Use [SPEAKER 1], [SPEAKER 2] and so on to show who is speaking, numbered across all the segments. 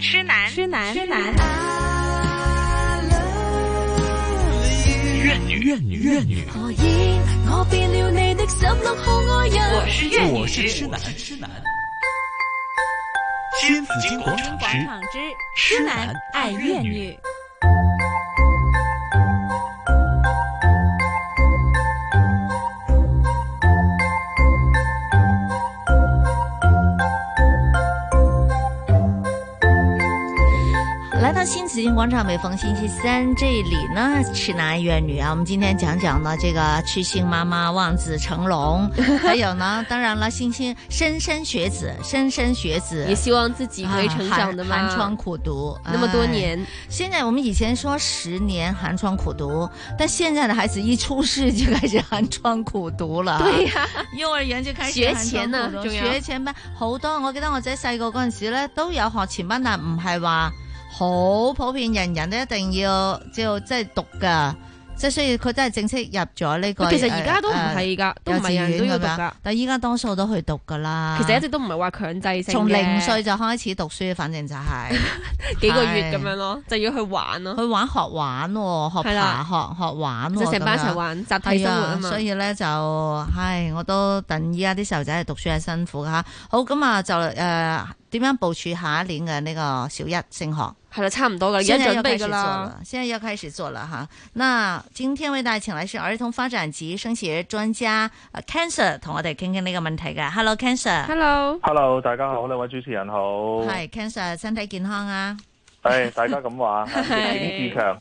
[SPEAKER 1] 痴男，痴男，痴男。
[SPEAKER 2] 怨女，怨女，怨女。
[SPEAKER 3] 何以我變了你的十六號愛人？
[SPEAKER 1] 我是粤女，
[SPEAKER 2] 我是痴男，痴男。新紫金广场之
[SPEAKER 1] 广场之痴男爱粤女。
[SPEAKER 4] 来到新紫金广场，每逢星期三这里呢，痴男怨女啊，我们今天讲讲呢这个痴心妈妈望子成 龙，还有呢，当然了，星星莘莘学子，莘莘学子啊
[SPEAKER 5] 也希望自己可以成长的嘛，
[SPEAKER 4] 寒寒窗苦读
[SPEAKER 5] 那么多。
[SPEAKER 4] 哎
[SPEAKER 5] 年，
[SPEAKER 4] 现在我们以前说十年寒窗苦读，但现在的孩子一出世就开始寒窗苦读了。
[SPEAKER 5] 对呀、
[SPEAKER 4] 幼兒園就開始
[SPEAKER 5] 學前啊
[SPEAKER 4] 行堂
[SPEAKER 5] 仲有
[SPEAKER 4] 學前班好多，我記得我仔細個嗰陣時咧都有學前班，但唔係話好普遍，人人都一定要要即係讀噶，即係所以佢真係正式入咗呢、個。
[SPEAKER 5] 其實而家都唔係㗎，都
[SPEAKER 4] 呃，
[SPEAKER 5] 唔
[SPEAKER 4] 幼稚
[SPEAKER 5] 係啊人人都要讀
[SPEAKER 4] 園咁樣
[SPEAKER 5] 㗎。
[SPEAKER 4] 但依家多數都去讀噶啦。
[SPEAKER 5] 其實一直都唔係話強制性嘅，
[SPEAKER 4] 從零歲就開始讀書，反正就係、
[SPEAKER 5] 幾個月咁樣咯，就要去玩咯，
[SPEAKER 4] 去玩學玩喎，學
[SPEAKER 5] 係
[SPEAKER 4] 爬
[SPEAKER 5] 啦
[SPEAKER 4] 學學玩喎，
[SPEAKER 5] 就成班一
[SPEAKER 4] 咁樣
[SPEAKER 5] 齊玩集體
[SPEAKER 4] 係
[SPEAKER 5] 生活啊嘛
[SPEAKER 4] 所。以咧就唉，我都等依家啲細路仔係讀書係辛苦噶吓。好咁啊，就誒點、樣部署下一年嘅呢個小一升學？
[SPEAKER 5] 係啦，差唔多㗎啦，而家
[SPEAKER 4] 现在
[SPEAKER 5] 呃準
[SPEAKER 4] 要開
[SPEAKER 5] 備
[SPEAKER 4] 始
[SPEAKER 5] 㗎
[SPEAKER 4] 做
[SPEAKER 5] 啦。
[SPEAKER 4] 了，现在要開始做了哈。那今天為大家請來是兒童發展及升學專家呃 Cancer 同我哋傾傾呢個問題嘅。Hello Cancer，
[SPEAKER 5] Hello，
[SPEAKER 6] Hello，大家好，兩位主持人好。
[SPEAKER 4] 係 Cancer 身體健康啊，
[SPEAKER 6] 係大家 咁話，逆境自強。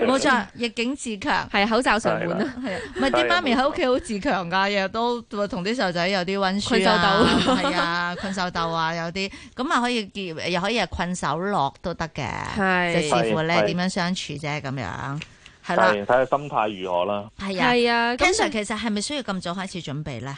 [SPEAKER 4] 冇錯，逆境自強。
[SPEAKER 5] 係口罩上門啦，
[SPEAKER 4] 係啊，唔係啲媽咪喺屋企好自強㗎，日日都同啲細路仔有啲温書
[SPEAKER 5] 困獸
[SPEAKER 4] 啊，
[SPEAKER 5] 鬥
[SPEAKER 4] 係啊，困獸鬥啊，有啲咁啊可以結，又可以係困手落都得嘅，就
[SPEAKER 5] 係
[SPEAKER 4] 視乎咧
[SPEAKER 6] 係
[SPEAKER 4] 點樣相處啫，咁樣係啦，
[SPEAKER 6] 係睇下心態如何啦。
[SPEAKER 4] 係啊。
[SPEAKER 5] 係啊，
[SPEAKER 4] 跟
[SPEAKER 5] 咁
[SPEAKER 4] 上其實係咪需要咁早開始準備咧？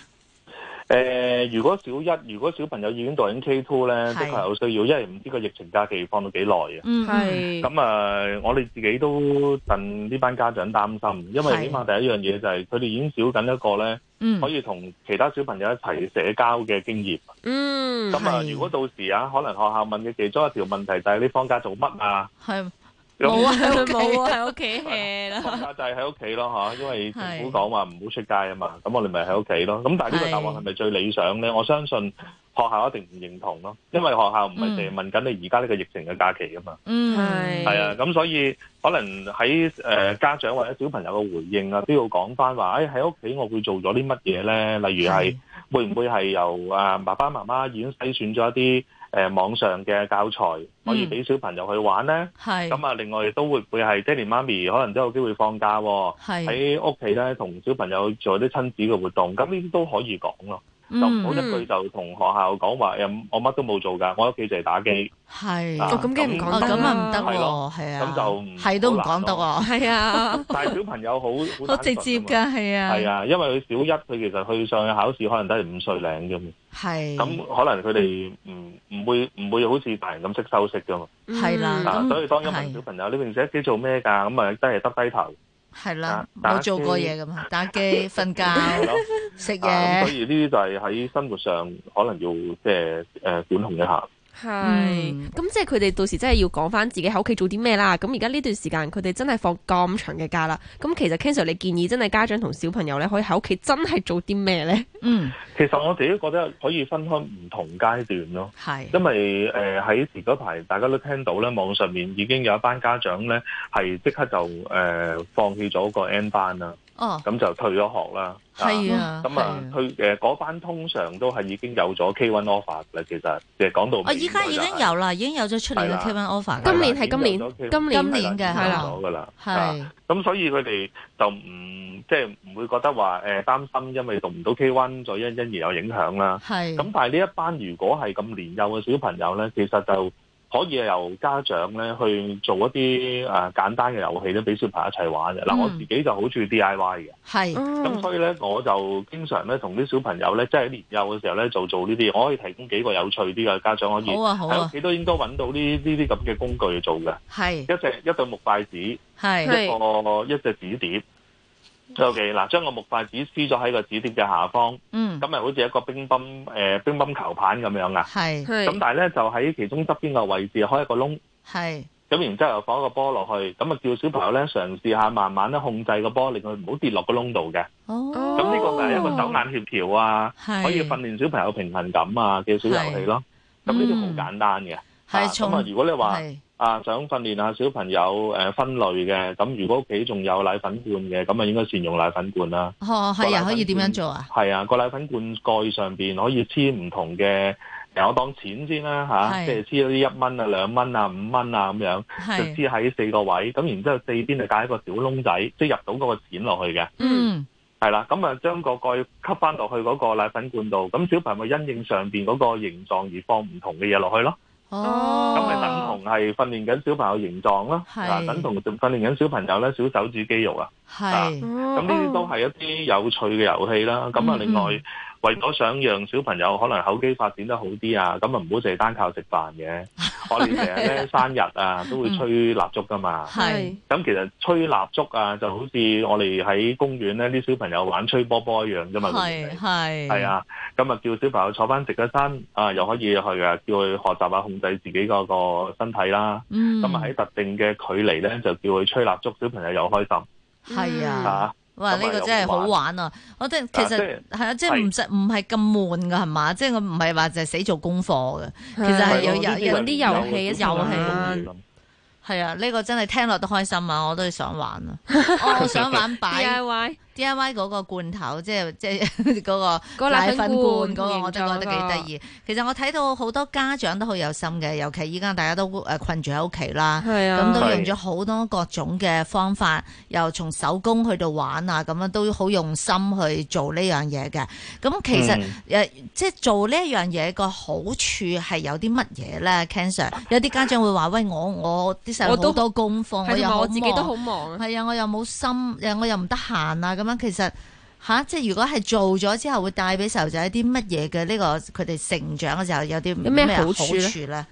[SPEAKER 6] 诶、如果小一，如果小朋友已經讀緊 K two 咧，的
[SPEAKER 4] 係
[SPEAKER 6] 確係有需要，因為唔知個疫情假期放到幾耐嘅。
[SPEAKER 4] 嗯，
[SPEAKER 5] 係
[SPEAKER 6] 咁啊、我哋自己都戥呢班家長擔心，因
[SPEAKER 4] 係
[SPEAKER 6] 為起碼第一樣嘢就係佢哋已經少緊一個咧，
[SPEAKER 4] 嗯，
[SPEAKER 6] 可以同其他小朋友一齊社交嘅經驗。
[SPEAKER 5] 嗯
[SPEAKER 6] 咁啊、
[SPEAKER 4] 係
[SPEAKER 6] 如果到時啊，可能學校問嘅其中一條問題就係你放假做乜啊？
[SPEAKER 4] 係
[SPEAKER 6] 咁
[SPEAKER 4] 冇啊，
[SPEAKER 5] 冇啊，喺屋企 hea 啦。
[SPEAKER 6] 放假就係喺屋企咯嚇，因為政府講話唔好出街啊嘛，咁我哋咪喺屋企咯。咁但係呢個答案係咪最理想咧？我相信學校一定唔認同咯，因為學校唔係淨係問緊你而家呢個疫情嘅假期啊嘛。
[SPEAKER 4] 嗯，
[SPEAKER 5] 係
[SPEAKER 6] 係啊，咁所以可能喺誒、呃家長或者小朋友嘅回應啊，都要講翻話，誒喺屋企我會做咗啲乜嘢咧？例如係會唔會係由啊爸爸媽媽已經篩選咗一啲誒、呃、網上嘅教材，可以俾小朋友去玩咧？
[SPEAKER 4] 係
[SPEAKER 6] 咁啊，另外亦都會唔會係爹哋媽咪可能都有機會放假喎？
[SPEAKER 4] 係，
[SPEAKER 6] 喺屋企咧同小朋友做啲親子嘅活動，咁呢啲都可以講咯，就唔好一
[SPEAKER 4] 嗯，
[SPEAKER 6] 句就同學校講話誒，我乜都冇做㗎，我喺屋企就係打機，
[SPEAKER 4] 係，
[SPEAKER 6] 啊
[SPEAKER 5] 哦，咁梗係唔
[SPEAKER 4] 哦
[SPEAKER 5] 講得啦
[SPEAKER 4] 咁啊唔得
[SPEAKER 6] 係
[SPEAKER 4] 喎
[SPEAKER 6] 咯，
[SPEAKER 4] 係啊，
[SPEAKER 6] 咁就唔
[SPEAKER 4] 係都唔講得
[SPEAKER 6] 好
[SPEAKER 4] 喎，
[SPEAKER 5] 係啊，
[SPEAKER 6] 但係小朋友好
[SPEAKER 4] 好直接㗎，，係啊，
[SPEAKER 6] 好單純㗎嘛係啊，因為佢小一，佢其實去上去考試可能都係五歲零啫嘛，
[SPEAKER 4] 係，
[SPEAKER 6] 咁可能佢哋唔唔會唔會好似大人咁識收飾㗎嘛，
[SPEAKER 5] 嗯
[SPEAKER 4] 係啦
[SPEAKER 6] 啊
[SPEAKER 4] 咁，
[SPEAKER 6] 所以當一
[SPEAKER 4] 係
[SPEAKER 6] 問小朋友你平時喺屋企做咩㗎，咁啊真係耷低頭，
[SPEAKER 4] 係啦，
[SPEAKER 6] 打
[SPEAKER 4] 冇做過嘢咁 啊，打機、瞓
[SPEAKER 6] 係
[SPEAKER 4] 覺、
[SPEAKER 6] 咯。
[SPEAKER 4] 食
[SPEAKER 6] 啊咁所
[SPEAKER 4] 嘢，
[SPEAKER 6] 以呢啲就係喺生活上可能要即係誒管控一下。
[SPEAKER 5] 係
[SPEAKER 4] 嗯
[SPEAKER 5] 咁即係佢哋到時真係要講翻自己喺屋企做啲咩啦。咁而家呢段時間佢哋真係放咁長嘅假啦。咁其實 Ken Sir 你建議真係家長同小朋友咧，可以喺屋企真係做啲咩咧？
[SPEAKER 4] 嗯，
[SPEAKER 6] 其實我自己覺得可以分開唔同階段咯，
[SPEAKER 4] 係，
[SPEAKER 6] 因為誒呃喺前嗰排大家都聽到咧，網上面已經有一班家長咧係即刻就誒、呃放棄咗個 N 班啦，
[SPEAKER 4] 哦，
[SPEAKER 6] 咁就退咗學啦。
[SPEAKER 4] 係啊，
[SPEAKER 6] 啊咁啊，
[SPEAKER 4] 係
[SPEAKER 6] 佢誒嗰班通常都係已經有咗 K one offer 啦，其實即係講到
[SPEAKER 4] 哦，依家已經有啦，已經有咗出年嘅 K
[SPEAKER 6] 係
[SPEAKER 4] one offer
[SPEAKER 5] 今
[SPEAKER 4] 啦，
[SPEAKER 5] 年係今年
[SPEAKER 6] 有咗機會
[SPEAKER 5] 今
[SPEAKER 4] 今
[SPEAKER 5] 年
[SPEAKER 4] 年嘅
[SPEAKER 6] 係啦
[SPEAKER 4] 係嘛
[SPEAKER 6] 有咗㗎啦，啊
[SPEAKER 4] 係，
[SPEAKER 6] 咁所以佢哋就唔即係唔會覺得話誒擔心，因為讀唔到 K one 所以因因而有影響啦。
[SPEAKER 4] 係，
[SPEAKER 6] 咁但係呢一班如果係咁年幼嘅小朋友咧，其實就可以由家長咧去做一啲誒、呃、簡單嘅遊戲咧，俾小朋友一齊玩嘅。嗱、
[SPEAKER 4] 嗯
[SPEAKER 6] 我自己就好中意 D I Y 嘅，
[SPEAKER 4] 係，
[SPEAKER 6] 咁、
[SPEAKER 5] 哦
[SPEAKER 6] 所以咧我就經常咧同啲小朋友咧，即係年幼嘅時候咧，就做呢啲。我可以提供幾個有趣啲嘅家長可以
[SPEAKER 4] 好啊好
[SPEAKER 6] 喺屋
[SPEAKER 4] 啊，
[SPEAKER 6] 企都應該揾到呢呢啲咁嘅工具去做嘅，
[SPEAKER 4] 係
[SPEAKER 6] 一隻一對木筷子。
[SPEAKER 4] 係
[SPEAKER 5] 係
[SPEAKER 6] 一個一隻紙碟， O K，嗱，將個木筷子黐咗喺個紙碟嘅下方，
[SPEAKER 4] 嗯
[SPEAKER 6] 咁，啊咪好似一個乒乓誒、呃乒乓球棒咁樣啊。
[SPEAKER 4] 係
[SPEAKER 6] 咁但係咧就喺其中側邊個位置開一個窿，
[SPEAKER 4] 係
[SPEAKER 6] 咁然之後又放一個波落去，咁啊叫小朋友咧嘗試下慢慢咧控制個波，令佢唔好跌落個窿度嘅。
[SPEAKER 4] 哦，
[SPEAKER 6] 咁呢個咪係一個手眼協調啊，
[SPEAKER 4] 係
[SPEAKER 6] 可以訓練小朋友平衡感啊嘅小遊戲咯。咁呢啲好簡單嘅。啊
[SPEAKER 4] 嗯係
[SPEAKER 6] 咁啊
[SPEAKER 4] 從，
[SPEAKER 6] 如果你話
[SPEAKER 4] 係
[SPEAKER 6] 啊想訓練下小朋友誒分類嘅，咁如果屋企仲有奶粉罐嘅，咁啊應該善用奶粉罐啦。
[SPEAKER 4] 哦係啊，可以點樣做啊？
[SPEAKER 6] 係啊，個奶粉罐蓋上邊可以黐唔同嘅，誒我當錢先啦嚇，
[SPEAKER 4] 係
[SPEAKER 6] 即係黐咗啲一蚊啊、兩蚊啊、五蚊啊咁樣，就
[SPEAKER 4] 係
[SPEAKER 6] 黐喺四個位，咁然之後四邊就解一個小窿仔，即係入到嗰個錢落去嘅，
[SPEAKER 5] 嗯，
[SPEAKER 4] 嗯
[SPEAKER 6] 係啦，咁啊將個蓋吸翻落去嗰個奶粉罐度，咁小朋友咪因應上邊嗰個形狀而放唔同嘅嘢落去咯，
[SPEAKER 4] 哦，
[SPEAKER 6] 咁咪等同係訓練緊小朋友形狀咯，
[SPEAKER 4] 係
[SPEAKER 6] 嗱等同訓練緊小朋友咧小手指肌肉啊。
[SPEAKER 4] 係
[SPEAKER 6] 咁
[SPEAKER 5] 咁
[SPEAKER 6] 呢啲都係一啲有趣嘅遊戲啦。咁啊
[SPEAKER 4] 哦嗯，
[SPEAKER 6] 另外為咗想讓小朋友可能口肌發展得好啲啊，咁啊唔好淨係單靠食飯 嘅。我哋成日咧生日啊都
[SPEAKER 4] 嗯
[SPEAKER 6] 會吹蠟燭噶嘛。
[SPEAKER 4] 係
[SPEAKER 6] 咁其實吹蠟燭啊，就好似我哋喺公園咧啲小朋友玩吹波波一樣啫嘛。
[SPEAKER 4] 係係
[SPEAKER 6] 係，啊，咁啊叫小朋友坐翻直一身啊，又可以去啊叫佢學習啊控制自己嗰個身體啦。
[SPEAKER 4] 嗯，
[SPEAKER 6] 咁啊喺特定嘅距離咧，就叫佢吹蠟燭，小朋友又開心
[SPEAKER 4] 係
[SPEAKER 6] 嚇。
[SPEAKER 4] 啊。哇！呢、
[SPEAKER 6] 咁啊
[SPEAKER 4] 個
[SPEAKER 6] 有
[SPEAKER 4] 真係好
[SPEAKER 6] 玩
[SPEAKER 4] 玩啊！我覺得其
[SPEAKER 6] 即
[SPEAKER 4] 實
[SPEAKER 6] 係
[SPEAKER 4] 係啊，即係唔使唔係咁悶噶係嘛？即係我唔係話就係死做功課嘅，
[SPEAKER 5] 其
[SPEAKER 4] 實係有
[SPEAKER 5] 有
[SPEAKER 4] 有
[SPEAKER 5] 有啲遊戲一
[SPEAKER 4] 遊
[SPEAKER 5] 齊
[SPEAKER 4] 戲
[SPEAKER 5] 玩
[SPEAKER 4] 係啊！呢、個真係聽落都開心啊！我都想玩啊！哦我想玩
[SPEAKER 5] D
[SPEAKER 4] 擺
[SPEAKER 5] I Y
[SPEAKER 4] D I Y 嗰個罐頭，即係即 係嗰
[SPEAKER 5] 嗰
[SPEAKER 4] 個
[SPEAKER 5] 個
[SPEAKER 4] 奶
[SPEAKER 5] 奶
[SPEAKER 4] 粉
[SPEAKER 5] 粉
[SPEAKER 4] 罐
[SPEAKER 5] 罐
[SPEAKER 4] 嗰個，我都覺得幾得
[SPEAKER 5] 形狀
[SPEAKER 4] 意。其實我睇到好多家長都好有心嘅，尤其依家大家都誒困住喺屋企啦。
[SPEAKER 5] 係啊，
[SPEAKER 4] 咁都
[SPEAKER 6] 係
[SPEAKER 4] 用咗好多各種嘅方法，由從手工去到玩啊，咁樣都好用心去做呢樣嘢嘅。咁其實誒、呃即係做呢一樣嘢個好處係有啲乜嘢咧？Cancer 有啲家長會話：喂，我我啲細
[SPEAKER 5] 我
[SPEAKER 4] 路
[SPEAKER 5] 都
[SPEAKER 4] 好多功課，我
[SPEAKER 5] 係
[SPEAKER 4] 又
[SPEAKER 5] 同埋
[SPEAKER 4] 好
[SPEAKER 5] 我自己都好
[SPEAKER 4] 忙，
[SPEAKER 5] 忙啊，
[SPEAKER 4] 係啊，我又冇心，誒，我又唔得閒啊，咁樣其實。吓，即係如果係做咗之後，會帶俾細路仔啲乜嘢嘅呢個佢哋成長嘅時候有啲
[SPEAKER 5] 有咩好處呢
[SPEAKER 4] 處咧？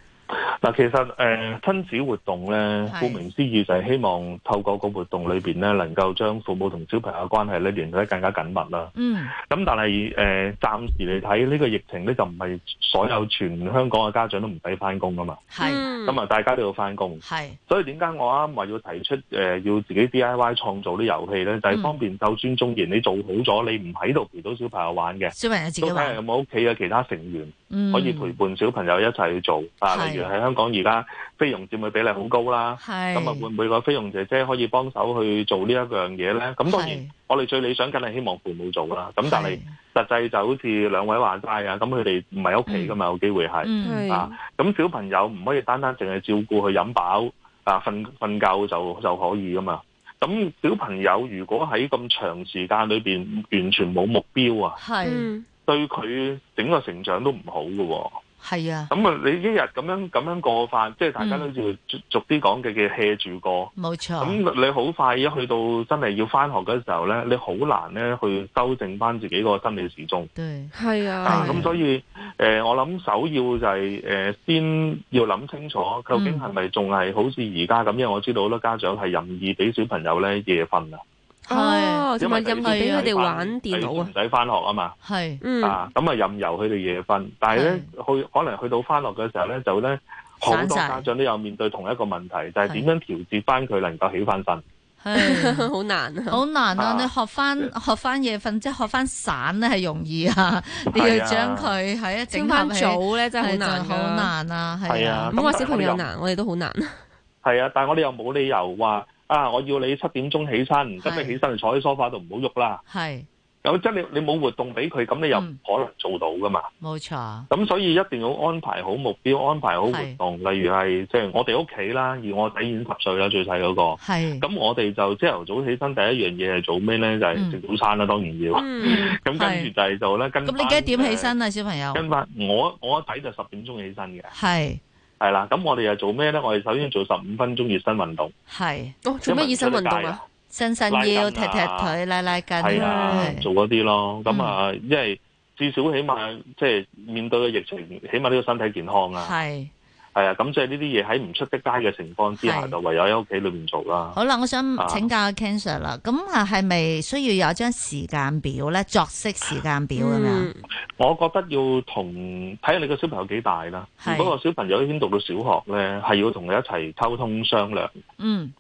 [SPEAKER 6] 嗱，其實誒、呃親子活動咧，
[SPEAKER 4] 係
[SPEAKER 6] 顧名思義就係希望透過個活動裏邊咧，能夠將父母同小朋友嘅關係咧聯繫得更加緊密啦。
[SPEAKER 4] 嗯，
[SPEAKER 6] 咁但係誒、呃，暫時嚟睇呢個疫情咧，就唔係所有全香港嘅家長都唔使翻工噶嘛。
[SPEAKER 4] 係
[SPEAKER 5] 咁
[SPEAKER 6] 咁啊，大家都要翻工，
[SPEAKER 4] 係
[SPEAKER 6] 所以點解我啱話要提出誒、呃要自己 D I Y 創造啲遊戲咧，就係、
[SPEAKER 4] 嗯
[SPEAKER 6] 方便就算縱然你做好咗，你唔喺度陪到小朋友玩嘅，
[SPEAKER 4] 小朋友自己
[SPEAKER 6] 都睇下
[SPEAKER 4] 玩
[SPEAKER 6] 有，冇屋企嘅其他成員。
[SPEAKER 4] 嗯
[SPEAKER 6] 可以陪伴小朋友一齊去做啊。
[SPEAKER 4] 係
[SPEAKER 6] 例如喺香港而家菲傭姊妹比例好高啦，
[SPEAKER 4] 係
[SPEAKER 6] 咁啊會唔會個菲傭姐姐可以幫手去做呢一樣嘢咧？咁當
[SPEAKER 4] 係
[SPEAKER 6] 然，我哋最理想梗係希望父母做啦。咁但係實際就好似兩位話齋啊，咁佢哋唔喺屋企噶嘛，有機會係。
[SPEAKER 4] 嗯
[SPEAKER 5] 係
[SPEAKER 6] 啊咁小朋友唔可以單單淨係照顧佢飲飽啊、瞓瞓覺就就可以噶嘛。咁小朋友如果喺咁長時間裏邊完全冇目標啊，
[SPEAKER 4] 係
[SPEAKER 5] 嗯
[SPEAKER 6] 對佢整個成長都唔好嘅喎。
[SPEAKER 4] 係啊，
[SPEAKER 6] 咁啊，你一日咁樣咁樣過法，即係大家
[SPEAKER 5] 嗯
[SPEAKER 6] 都要逐逐啲講嘅嘅 hea 住過。
[SPEAKER 4] 冇
[SPEAKER 5] 啊
[SPEAKER 6] 咁
[SPEAKER 4] 錯，
[SPEAKER 6] 你好快一去到真係要翻學嘅時候咧，你好難咧去修正翻自己個心理時鐘。
[SPEAKER 4] 對，
[SPEAKER 5] 係啊
[SPEAKER 6] 啊，，咁所以誒、呃我諗首要就係、呃先要諗清楚，究
[SPEAKER 5] 嗯
[SPEAKER 6] 竟係咪仲係好似而家咁？因為我知道好多家長係任意俾小朋友咧夜瞓啊，
[SPEAKER 4] 係
[SPEAKER 5] 哦，同埋任意俾佢哋玩電腦啊
[SPEAKER 6] 唔，使翻學啊嘛。
[SPEAKER 4] 係
[SPEAKER 5] 嗯，
[SPEAKER 6] 啊，咁啊任由佢哋夜瞓，但係咧去可能去到翻落嘅時候咧，就咧好
[SPEAKER 4] 散
[SPEAKER 6] 多
[SPEAKER 4] 晒
[SPEAKER 6] 家長都有面對同一個問題，就係點樣調節翻佢能夠起翻身。
[SPEAKER 4] 係。
[SPEAKER 5] 好難啊，
[SPEAKER 4] 好難啊！
[SPEAKER 6] 啊
[SPEAKER 4] 你學翻學翻夜瞓，即係學翻散咧係容易 啊，你
[SPEAKER 6] 係
[SPEAKER 4] 要
[SPEAKER 6] 啊
[SPEAKER 4] 將佢係一整
[SPEAKER 5] 升
[SPEAKER 4] 合
[SPEAKER 5] 翻
[SPEAKER 4] 起
[SPEAKER 5] 早咧真係好
[SPEAKER 4] 係就
[SPEAKER 5] 難
[SPEAKER 4] 好
[SPEAKER 5] 噶，
[SPEAKER 4] 難啊，係
[SPEAKER 6] 係啊
[SPEAKER 4] 啊
[SPEAKER 5] 唔，好話小朋友難，我哋都好難。
[SPEAKER 6] 係啊，但係我哋又冇理由話啊，我要你七點鐘起身，咁
[SPEAKER 4] 係
[SPEAKER 6] 你起身就坐喺梳化度唔好喐啦。
[SPEAKER 4] 係
[SPEAKER 6] 咁即係你你冇活動俾佢，咁你又唔
[SPEAKER 4] 嗯
[SPEAKER 6] 可能做到噶嘛。
[SPEAKER 4] 冇錯，
[SPEAKER 6] 咁所以一定要安排好目標，安排好活動。例如係即係我哋屋企啦，而我仔已經十歲啦，最細嗰個。
[SPEAKER 4] 係
[SPEAKER 6] 咁我哋就朝頭早起身第一樣嘢係做咩咧？就係、
[SPEAKER 4] 嗯
[SPEAKER 6] 食早餐啦，當然要。
[SPEAKER 5] 嗯，
[SPEAKER 6] 咁跟住就係做咧，跟
[SPEAKER 4] 咁
[SPEAKER 6] 班
[SPEAKER 4] 你幾多點起？身啊，小朋友
[SPEAKER 6] 誒？跟翻我我仔就十點鐘起身嘅，
[SPEAKER 4] 係
[SPEAKER 6] 係啦。咁我哋又做咩咧？我哋首先做十五分鐘熱身運動。
[SPEAKER 4] 係
[SPEAKER 5] 哦，做咩熱身運動啊？
[SPEAKER 4] 伸伸
[SPEAKER 6] 拉筋
[SPEAKER 4] 腰、
[SPEAKER 6] 啊
[SPEAKER 4] 踢踢腿、拉拉筋，
[SPEAKER 6] 因為出街啊？係啊，
[SPEAKER 4] 係
[SPEAKER 6] 做嗰啲咯。咁啊，因為至少起碼即係面對嘅疫情，起碼都要身體健康啊。
[SPEAKER 4] 係
[SPEAKER 6] 係啊，咁即係呢啲嘢喺唔出得街嘅情況之下，
[SPEAKER 4] 係
[SPEAKER 6] 就唯有喺屋企裏面做啦。
[SPEAKER 4] 好啦，我想
[SPEAKER 6] 啊
[SPEAKER 4] 請教 Ken Sir 啦，咁啊係咪需要有張時間表咧？作息時間表咁樣？
[SPEAKER 5] 嗯
[SPEAKER 6] 我覺得要同睇下你個小朋友幾大啦。
[SPEAKER 4] 係
[SPEAKER 6] 如果個小朋友已經讀到小學咧，係要同佢一齊溝通商量。
[SPEAKER 4] 嗯，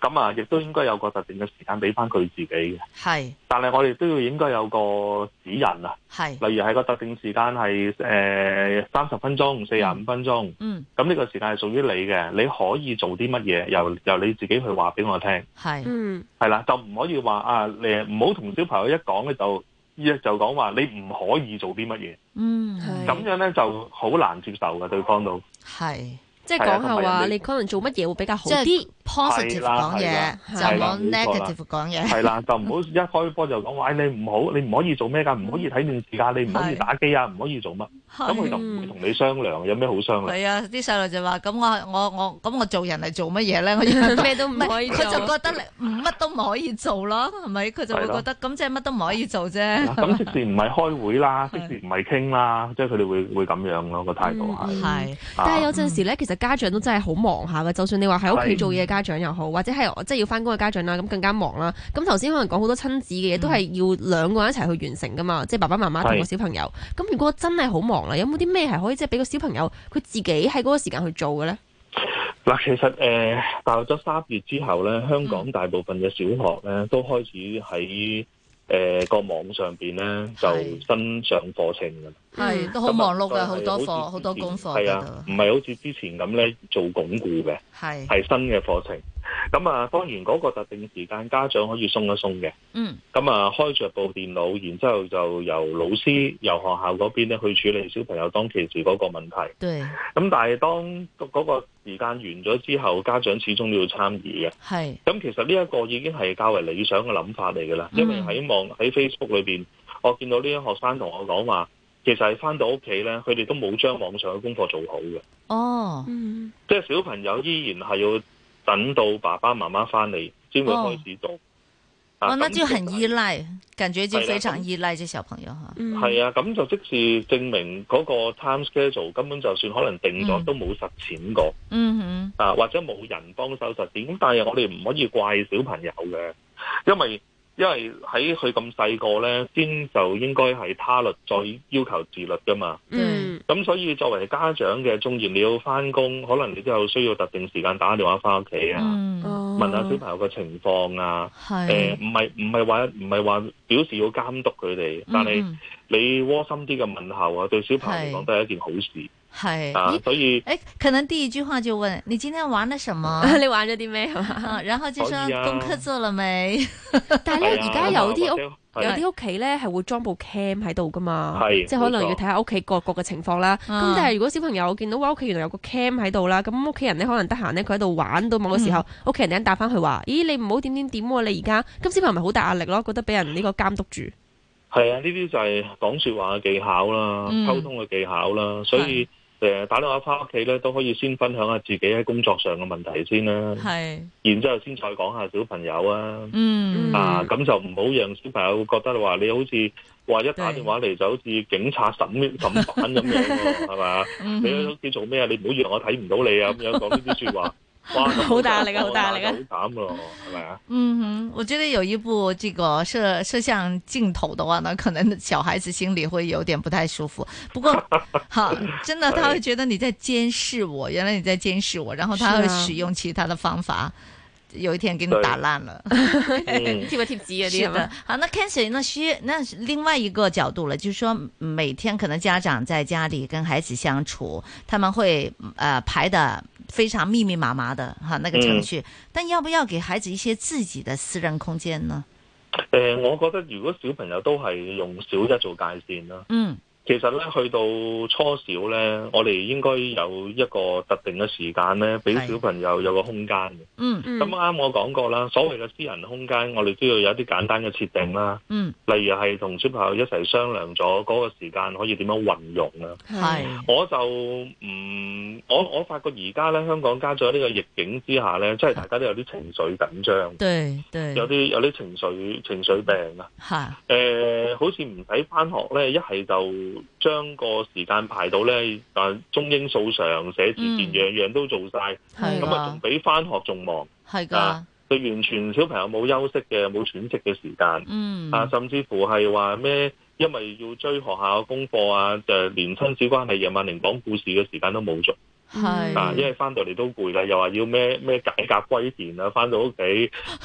[SPEAKER 6] 咁啊，亦都應該有個特定嘅時間俾翻佢自己嘅。
[SPEAKER 4] 係
[SPEAKER 6] 但係我哋都要應該有個指引啊，
[SPEAKER 4] 係，
[SPEAKER 6] 例如係個特定時間係誒三十分鐘、四十五分鐘。
[SPEAKER 4] 嗯
[SPEAKER 6] 咁呢個時間係屬於你嘅，你可以做啲乜嘢，由由你自己去話俾我聽。
[SPEAKER 4] 係，
[SPEAKER 5] 嗯，
[SPEAKER 6] 係啦，就唔可以話啊，你唔好同小朋友一講咧就一就講話你唔可以做啲乜嘢，
[SPEAKER 4] 嗯
[SPEAKER 5] 係
[SPEAKER 6] 咁樣咧就好難接受嘅對 方都。
[SPEAKER 4] 係，
[SPEAKER 5] 即係
[SPEAKER 6] 係啊
[SPEAKER 5] 講下
[SPEAKER 6] 同埋人
[SPEAKER 5] 話
[SPEAKER 6] 哋
[SPEAKER 5] 你可能做乜嘢會比較好
[SPEAKER 4] 即
[SPEAKER 5] 啲。
[SPEAKER 4] 係 positive
[SPEAKER 6] 係啦
[SPEAKER 4] 講嘢，就冇
[SPEAKER 5] 係
[SPEAKER 6] 啦冇錯啦
[SPEAKER 4] negative 講嘢，
[SPEAKER 6] 係啦，就唔好一開波就講話，哎你唔好，你唔可以做咩㗎，唔可以睇電視㗎，你唔可以
[SPEAKER 4] 係
[SPEAKER 6] 打機啊，唔可以做乜，咁佢就唔會同你商量，有咩好商量？
[SPEAKER 4] 係啊，啲細路就話：咁我我我咁我做人嚟做乜嘢 咧？我要
[SPEAKER 5] 咩都唔
[SPEAKER 4] 唔係
[SPEAKER 5] 可以
[SPEAKER 4] 佢就
[SPEAKER 5] 做
[SPEAKER 6] 啊
[SPEAKER 4] 覺得你唔乜都唔可以做咯，係咪？佢就會
[SPEAKER 6] 係咯
[SPEAKER 4] 覺得咁即係乜都唔可以做啫。
[SPEAKER 6] 咁即使唔係開會 啦，即
[SPEAKER 4] 係
[SPEAKER 6] 使唔係傾啦，即係佢哋會會咁樣咯，個態度係。
[SPEAKER 5] 嗯
[SPEAKER 4] 係
[SPEAKER 5] 但係
[SPEAKER 6] 啊
[SPEAKER 5] 有陣時咧，其實家長都真係好忙下嘅。就算你話喺屋企做嘢嘅家長又好，或者係即係要翻工嘅家長啦，咁更加忙啦。咁頭先可能講好多親子嘅嘢，
[SPEAKER 4] 嗯
[SPEAKER 5] 都係要兩個人一齊去完成噶嘛，即係爸爸媽媽同個
[SPEAKER 6] 係
[SPEAKER 5] 小朋友。咁如果真係好忙啦，有冇啲咩係可以即係俾個小朋友佢自己喺嗰個時間去做嘅咧？
[SPEAKER 6] 嗱，其實誒、呃大學咗三月之後咧，香
[SPEAKER 5] 嗯
[SPEAKER 6] 港大部分嘅小學咧都開始喺誒個網上邊咧就
[SPEAKER 4] 係
[SPEAKER 6] 新上課程㗎啦，
[SPEAKER 4] 係
[SPEAKER 5] 係
[SPEAKER 4] 都好忙碌
[SPEAKER 6] 咁
[SPEAKER 4] 嘅，
[SPEAKER 6] 啊
[SPEAKER 4] 好
[SPEAKER 6] 就係
[SPEAKER 4] 多
[SPEAKER 6] 似
[SPEAKER 4] 課，好多
[SPEAKER 6] 之前
[SPEAKER 4] 功課
[SPEAKER 6] 係
[SPEAKER 4] 喺
[SPEAKER 6] 啊
[SPEAKER 4] 度，，
[SPEAKER 6] 唔係好似之前咁咧做鞏固嘅，
[SPEAKER 4] 係
[SPEAKER 6] 係新嘅課程。 咁啊，當然嗰個特定時間家長可以鬆一鬆嘅。
[SPEAKER 4] 嗯
[SPEAKER 6] 咁啊，開着部電腦，然之後就由老師、由學校嗰邊咧去處理小朋友當其時嗰個問題。
[SPEAKER 4] 對
[SPEAKER 6] 咁但係當嗰個時間完咗之後，家長始終都要參與嘅。
[SPEAKER 4] 係
[SPEAKER 6] 咁其實呢一個已經係較為理想嘅諗法嚟㗎啦，
[SPEAKER 4] 嗯
[SPEAKER 6] 因為喺網喺 Facebook 裏邊，我見到呢啲學生同我講話，其實係翻到屋企咧，佢哋都冇將網上嘅功課做好嘅，
[SPEAKER 4] 哦
[SPEAKER 5] 嗯，
[SPEAKER 6] 即係小朋友依然係要等到爸爸媽媽翻嚟先會開始做。
[SPEAKER 4] 哦，那
[SPEAKER 6] 啊咁
[SPEAKER 4] 就很
[SPEAKER 6] 其實
[SPEAKER 4] 依賴，感覺就
[SPEAKER 6] 係啦
[SPEAKER 4] 非常
[SPEAKER 6] 咁
[SPEAKER 4] 依賴這小朋友哈。
[SPEAKER 5] 嗯
[SPEAKER 6] 係啊，咁就即是證明嗰個 time schedule 根本就算可能定咗
[SPEAKER 4] 嗯
[SPEAKER 6] 都冇實踐過、
[SPEAKER 4] 嗯
[SPEAKER 6] 啊，或者冇人幫手實踐。咁但係我哋唔可以怪小朋友嘅，因為因為喺佢咁細個咧，先就應該係他律再要求自律噶嘛。
[SPEAKER 5] 嗯，
[SPEAKER 6] 咁所以作為家長嘅，縱然你要翻工，可能你都有需要特定時間打電話翻屋企啊，
[SPEAKER 4] 哼，嗯，
[SPEAKER 5] 哦
[SPEAKER 6] 問下小朋友嘅情況啊。誒
[SPEAKER 4] 係
[SPEAKER 6] 唔係唔係話唔係話表示要監督佢哋，但係。
[SPEAKER 4] 嗯嗯
[SPEAKER 6] 你窩心啲嘅問候啊，對小朋友嚟講都係一件好事
[SPEAKER 4] 係
[SPEAKER 6] 啊，所以
[SPEAKER 4] 誒，可能第一句話就問你今天玩了什 麼
[SPEAKER 5] 你玩咗啲咩係嘛？
[SPEAKER 4] 啊，然後就說
[SPEAKER 6] 可以啊
[SPEAKER 4] 功課做了沒？
[SPEAKER 5] 但係咧，
[SPEAKER 6] 係啊
[SPEAKER 5] 而家有啲屋
[SPEAKER 6] 咁啊或者
[SPEAKER 5] 有
[SPEAKER 6] 係
[SPEAKER 5] 啲屋企咧係會裝部 cam 喺度噶嘛，
[SPEAKER 6] 係
[SPEAKER 5] 即係可能
[SPEAKER 6] 冇錯
[SPEAKER 5] 要睇下屋企各個嘅情況啦。咁、
[SPEAKER 4] 啊
[SPEAKER 5] 但係如果小朋友見到話屋企原來有個 cam 喺度啦，咁屋企人咧可能得閒咧佢喺度玩到某個
[SPEAKER 4] 嗯
[SPEAKER 5] 時候，屋企人突然打翻去話：咦，你唔好點點點喎！你而家咁小朋友咪好大壓力咯，覺得俾人呢個監督住。
[SPEAKER 6] 係啊，呢啲就係講説話嘅技巧啦，
[SPEAKER 4] 嗯
[SPEAKER 6] 溝通嘅技巧啦，所以誒打電話翻屋企咧都可以先分享下自己喺工作上嘅問題先啦，
[SPEAKER 4] 係，
[SPEAKER 6] 然之後先再講下小朋友啊。
[SPEAKER 4] 嗯
[SPEAKER 5] 嗯
[SPEAKER 6] 啊，咁就唔好讓小朋友覺得話你好似話一打電話嚟就好似警察 審審犯咁樣喎，係嘛？
[SPEAKER 4] 嗯
[SPEAKER 6] 你喺
[SPEAKER 4] 哼
[SPEAKER 6] 屋企做咩啊？你唔好以為我睇唔到你啊！咁 樣講呢啲説話，哇！咁
[SPEAKER 5] 好大壓力啊好大壓力啊
[SPEAKER 6] 好慘咯，係咪 啊？
[SPEAKER 4] 嗯哼，我覺得有一部這個攝攝像鏡頭的話呢，可能小孩子心裡會有點不太舒服。不過，哈，真的他會覺得你在監視我，原來你在監視我，然後他
[SPEAKER 5] 是
[SPEAKER 4] 會
[SPEAKER 5] 啊
[SPEAKER 4] 使用其他的方法，有一天給你
[SPEAKER 6] 對
[SPEAKER 4] 打爛了。是
[SPEAKER 5] 貼個貼紙嗰
[SPEAKER 6] 嗯
[SPEAKER 5] 啲
[SPEAKER 4] 的，好，那 Cancer 那需那是另外一个角度了，就是说每天可能家长在家里跟孩子相处，他们会呃排的非常密密麻麻的哈那个程序，但要不要给孩子一些自己的私人空間呢？
[SPEAKER 6] 誒、我覺得如果小朋友都係用小一做界線啦，
[SPEAKER 4] 嗯，
[SPEAKER 6] 其實咧去到初小咧，我哋應該有一個特定嘅時間咧，俾
[SPEAKER 4] 係
[SPEAKER 6] 小朋友有個空間嘅。
[SPEAKER 4] 嗯
[SPEAKER 6] 咁啊啱我講過啦，所謂嘅私人空間，我哋都要有一啲簡單嘅設定啦，
[SPEAKER 4] 嗯，
[SPEAKER 6] 例如係同小朋友一齊商量咗嗰個時間可以點樣運用啦。
[SPEAKER 5] 嗯
[SPEAKER 4] 係，
[SPEAKER 6] 我就唔，我我發覺而家咧香港家長呢個逆境之下咧，真係大家都有啲情緒緊張，
[SPEAKER 4] 對對，
[SPEAKER 6] 有啲有啲情緒情緒病啊。
[SPEAKER 4] 哈，
[SPEAKER 6] 呃誒、好似唔使翻學咧，一係就將個時間排到咧，啊中英數常寫字
[SPEAKER 4] 嗯
[SPEAKER 6] 件樣樣都做晒，
[SPEAKER 4] 係
[SPEAKER 6] 咁啊
[SPEAKER 4] 噶，
[SPEAKER 6] 仲比翻學仲忙，
[SPEAKER 4] 係噶
[SPEAKER 6] 啊，佢完全小朋友冇休息嘅，冇喘息嘅時間。
[SPEAKER 4] 嗯，
[SPEAKER 6] 啊，甚至乎係話咩？因為要追學校功課啊，就連親子關係夜晚連講故事嘅時間都冇做
[SPEAKER 4] 係
[SPEAKER 6] 啊！因為翻到嚟都攰啦，又話要咩咩解甲歸田啊，翻到屋企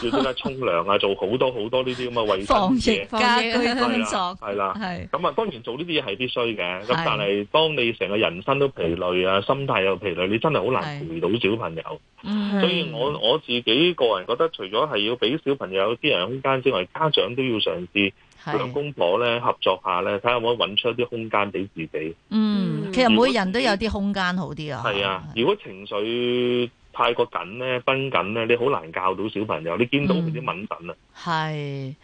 [SPEAKER 6] 要即刻沖涼啊，做好多好多呢啲咁嘅衞
[SPEAKER 4] 防
[SPEAKER 6] 生
[SPEAKER 4] 疫
[SPEAKER 6] 嘢，
[SPEAKER 4] 家居工作
[SPEAKER 6] 係啦。
[SPEAKER 4] 係
[SPEAKER 6] 咁啊，當然做呢啲嘢係必須嘅，咁
[SPEAKER 4] 係
[SPEAKER 6] 但係當你成個人生都疲累啊，心態又疲累，你真係好難
[SPEAKER 4] 係
[SPEAKER 6] 陪到小朋友。
[SPEAKER 4] 嗯
[SPEAKER 6] 所以我我自己個人覺得，除咗係要俾小朋友有私人空間之外，家長都要嘗試。兩
[SPEAKER 4] 係
[SPEAKER 6] 公婆咧合作下咧，睇下可唔可以揾出一啲空間俾自己。
[SPEAKER 4] 嗯，
[SPEAKER 5] 嗯
[SPEAKER 4] 其實
[SPEAKER 6] 如果
[SPEAKER 4] 每人都有啲空間好啲啊，
[SPEAKER 6] 係啊，如果情緒太過緊咧、崩緊咧，你好難教到小朋友。你見到佢
[SPEAKER 4] 嗯
[SPEAKER 6] 啲敏感啊，
[SPEAKER 4] 係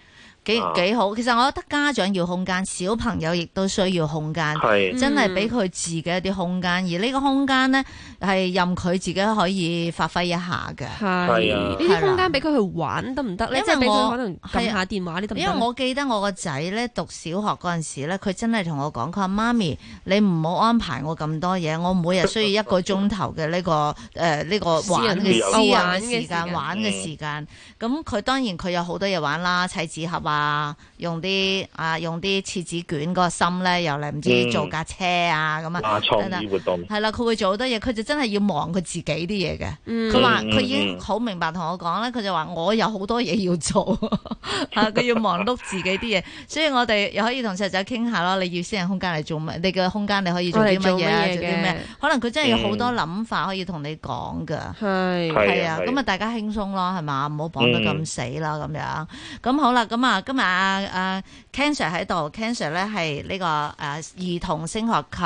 [SPEAKER 4] 幾
[SPEAKER 6] 啊
[SPEAKER 4] 幾好。其實我覺得家長要空間，小朋友亦都需要空間。
[SPEAKER 6] 係
[SPEAKER 4] 真係俾佢自己一啲空間，而呢個空間呢，係任佢自己可以發揮一下嘅。
[SPEAKER 5] 係
[SPEAKER 6] 係啊
[SPEAKER 5] 呢啲空間俾佢去玩得唔得咧？
[SPEAKER 4] 因為
[SPEAKER 5] 即係俾佢
[SPEAKER 4] 我
[SPEAKER 5] 可能撳下電話呢得唔得
[SPEAKER 4] 因為
[SPEAKER 5] 呢？
[SPEAKER 4] 我記得我個仔呢讀小學嗰陣時呢，佢真係同我講，佢話媽咪，你唔好安排我咁多嘢，我每日需要一個鐘頭嘅呢個誒呢個
[SPEAKER 5] 私
[SPEAKER 4] 玩
[SPEAKER 5] 人
[SPEAKER 4] 嘅私
[SPEAKER 6] 嘅
[SPEAKER 4] 人
[SPEAKER 5] 玩
[SPEAKER 4] 嘅
[SPEAKER 5] 嘅時
[SPEAKER 4] 時間，嗯
[SPEAKER 5] 間
[SPEAKER 4] 玩嘅時間。咁佢當然佢有好多嘢玩啦，砌紙盒啊，用啲啊用啲廁紙卷嗰個心呢，又嚟唔知
[SPEAKER 6] 嗯
[SPEAKER 4] 做架車啊咁啊，
[SPEAKER 6] 啊創意活動
[SPEAKER 4] 係啦，佢會做好多嘢，佢就真係要忙佢自己啲嘢嘅。
[SPEAKER 5] 嗯
[SPEAKER 4] 佢話
[SPEAKER 6] 嗯
[SPEAKER 4] 佢已經好明白同我講咧，佢就話我有好多嘢要做， 啊佢要忙碌自己啲嘢，所以我哋又可以同細仔傾下咯。你要私人空間嚟做乜？你嘅空間你可以做啲乜嘢啊？做
[SPEAKER 5] 我
[SPEAKER 4] 啲
[SPEAKER 5] 嚟做乜嘢嘅
[SPEAKER 4] 咩？可能佢真係有好多諗法可以同你講噶。
[SPEAKER 5] 係
[SPEAKER 6] 係
[SPEAKER 4] 係啊，
[SPEAKER 6] 係嗯
[SPEAKER 4] 咁啊，大家輕鬆咯，係嘛，唔好綁得咁死啦，咁樣。咁好啦，咁啊，今日啊啊 Ken Sir 喺度，Ken Sir 咧係呢個誒兒童升學及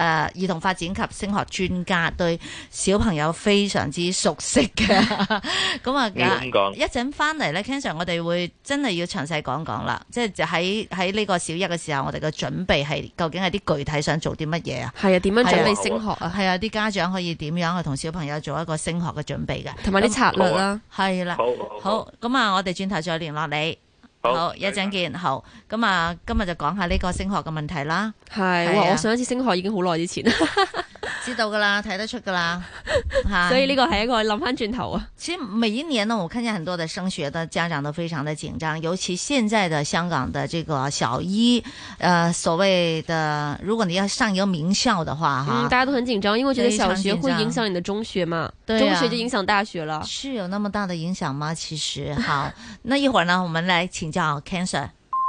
[SPEAKER 4] 誒兒童發展及升學專家，對小朋友非常之熟悉嘅。 咁啊
[SPEAKER 6] 要咁講，
[SPEAKER 4] 一陣翻嚟咧，Ken Sir，我哋會真係要詳細講講啦，即係就喺喺呢個小一嘅時候，我哋嘅準備係究竟係啲具體想做啲乜嘢啊？
[SPEAKER 5] 係啊，點樣準
[SPEAKER 4] 係啊
[SPEAKER 5] 備升學啊？
[SPEAKER 4] 係啊，啲家長可以點樣去同小朋友做一個升學嘅準備嘅？
[SPEAKER 5] 同埋啲策略啦。
[SPEAKER 4] 係啦。
[SPEAKER 6] 好好
[SPEAKER 4] 好，咁啊，我哋轉頭再聯絡你。好，一陣見。好，咁啊，今日就講下呢個升學嘅問題啦，
[SPEAKER 5] 係，
[SPEAKER 4] 係啊
[SPEAKER 5] 哇！我上一次升學已經好耐之前，
[SPEAKER 4] 知道噶啦，睇 得出噶啦，吓。
[SPEAKER 5] 所以呢個係一個諗翻轉頭啊。
[SPEAKER 4] 其實每一年呢，我看見很多的升学的家長都非常的緊張，尤其現在的香港的這個小一，呃，所謂的，如果你要上一個名校的話，哈，
[SPEAKER 5] 嗯，大家都很緊張，因為覺得
[SPEAKER 4] 啊非常
[SPEAKER 5] 小學會
[SPEAKER 4] 緊張
[SPEAKER 5] 影響你的中學嘛，
[SPEAKER 4] 對啊
[SPEAKER 5] 中學就影響大學了。
[SPEAKER 4] 是有那麼大的影響嗎？其實，好，那一會兒呢，我們來請教 Cancer。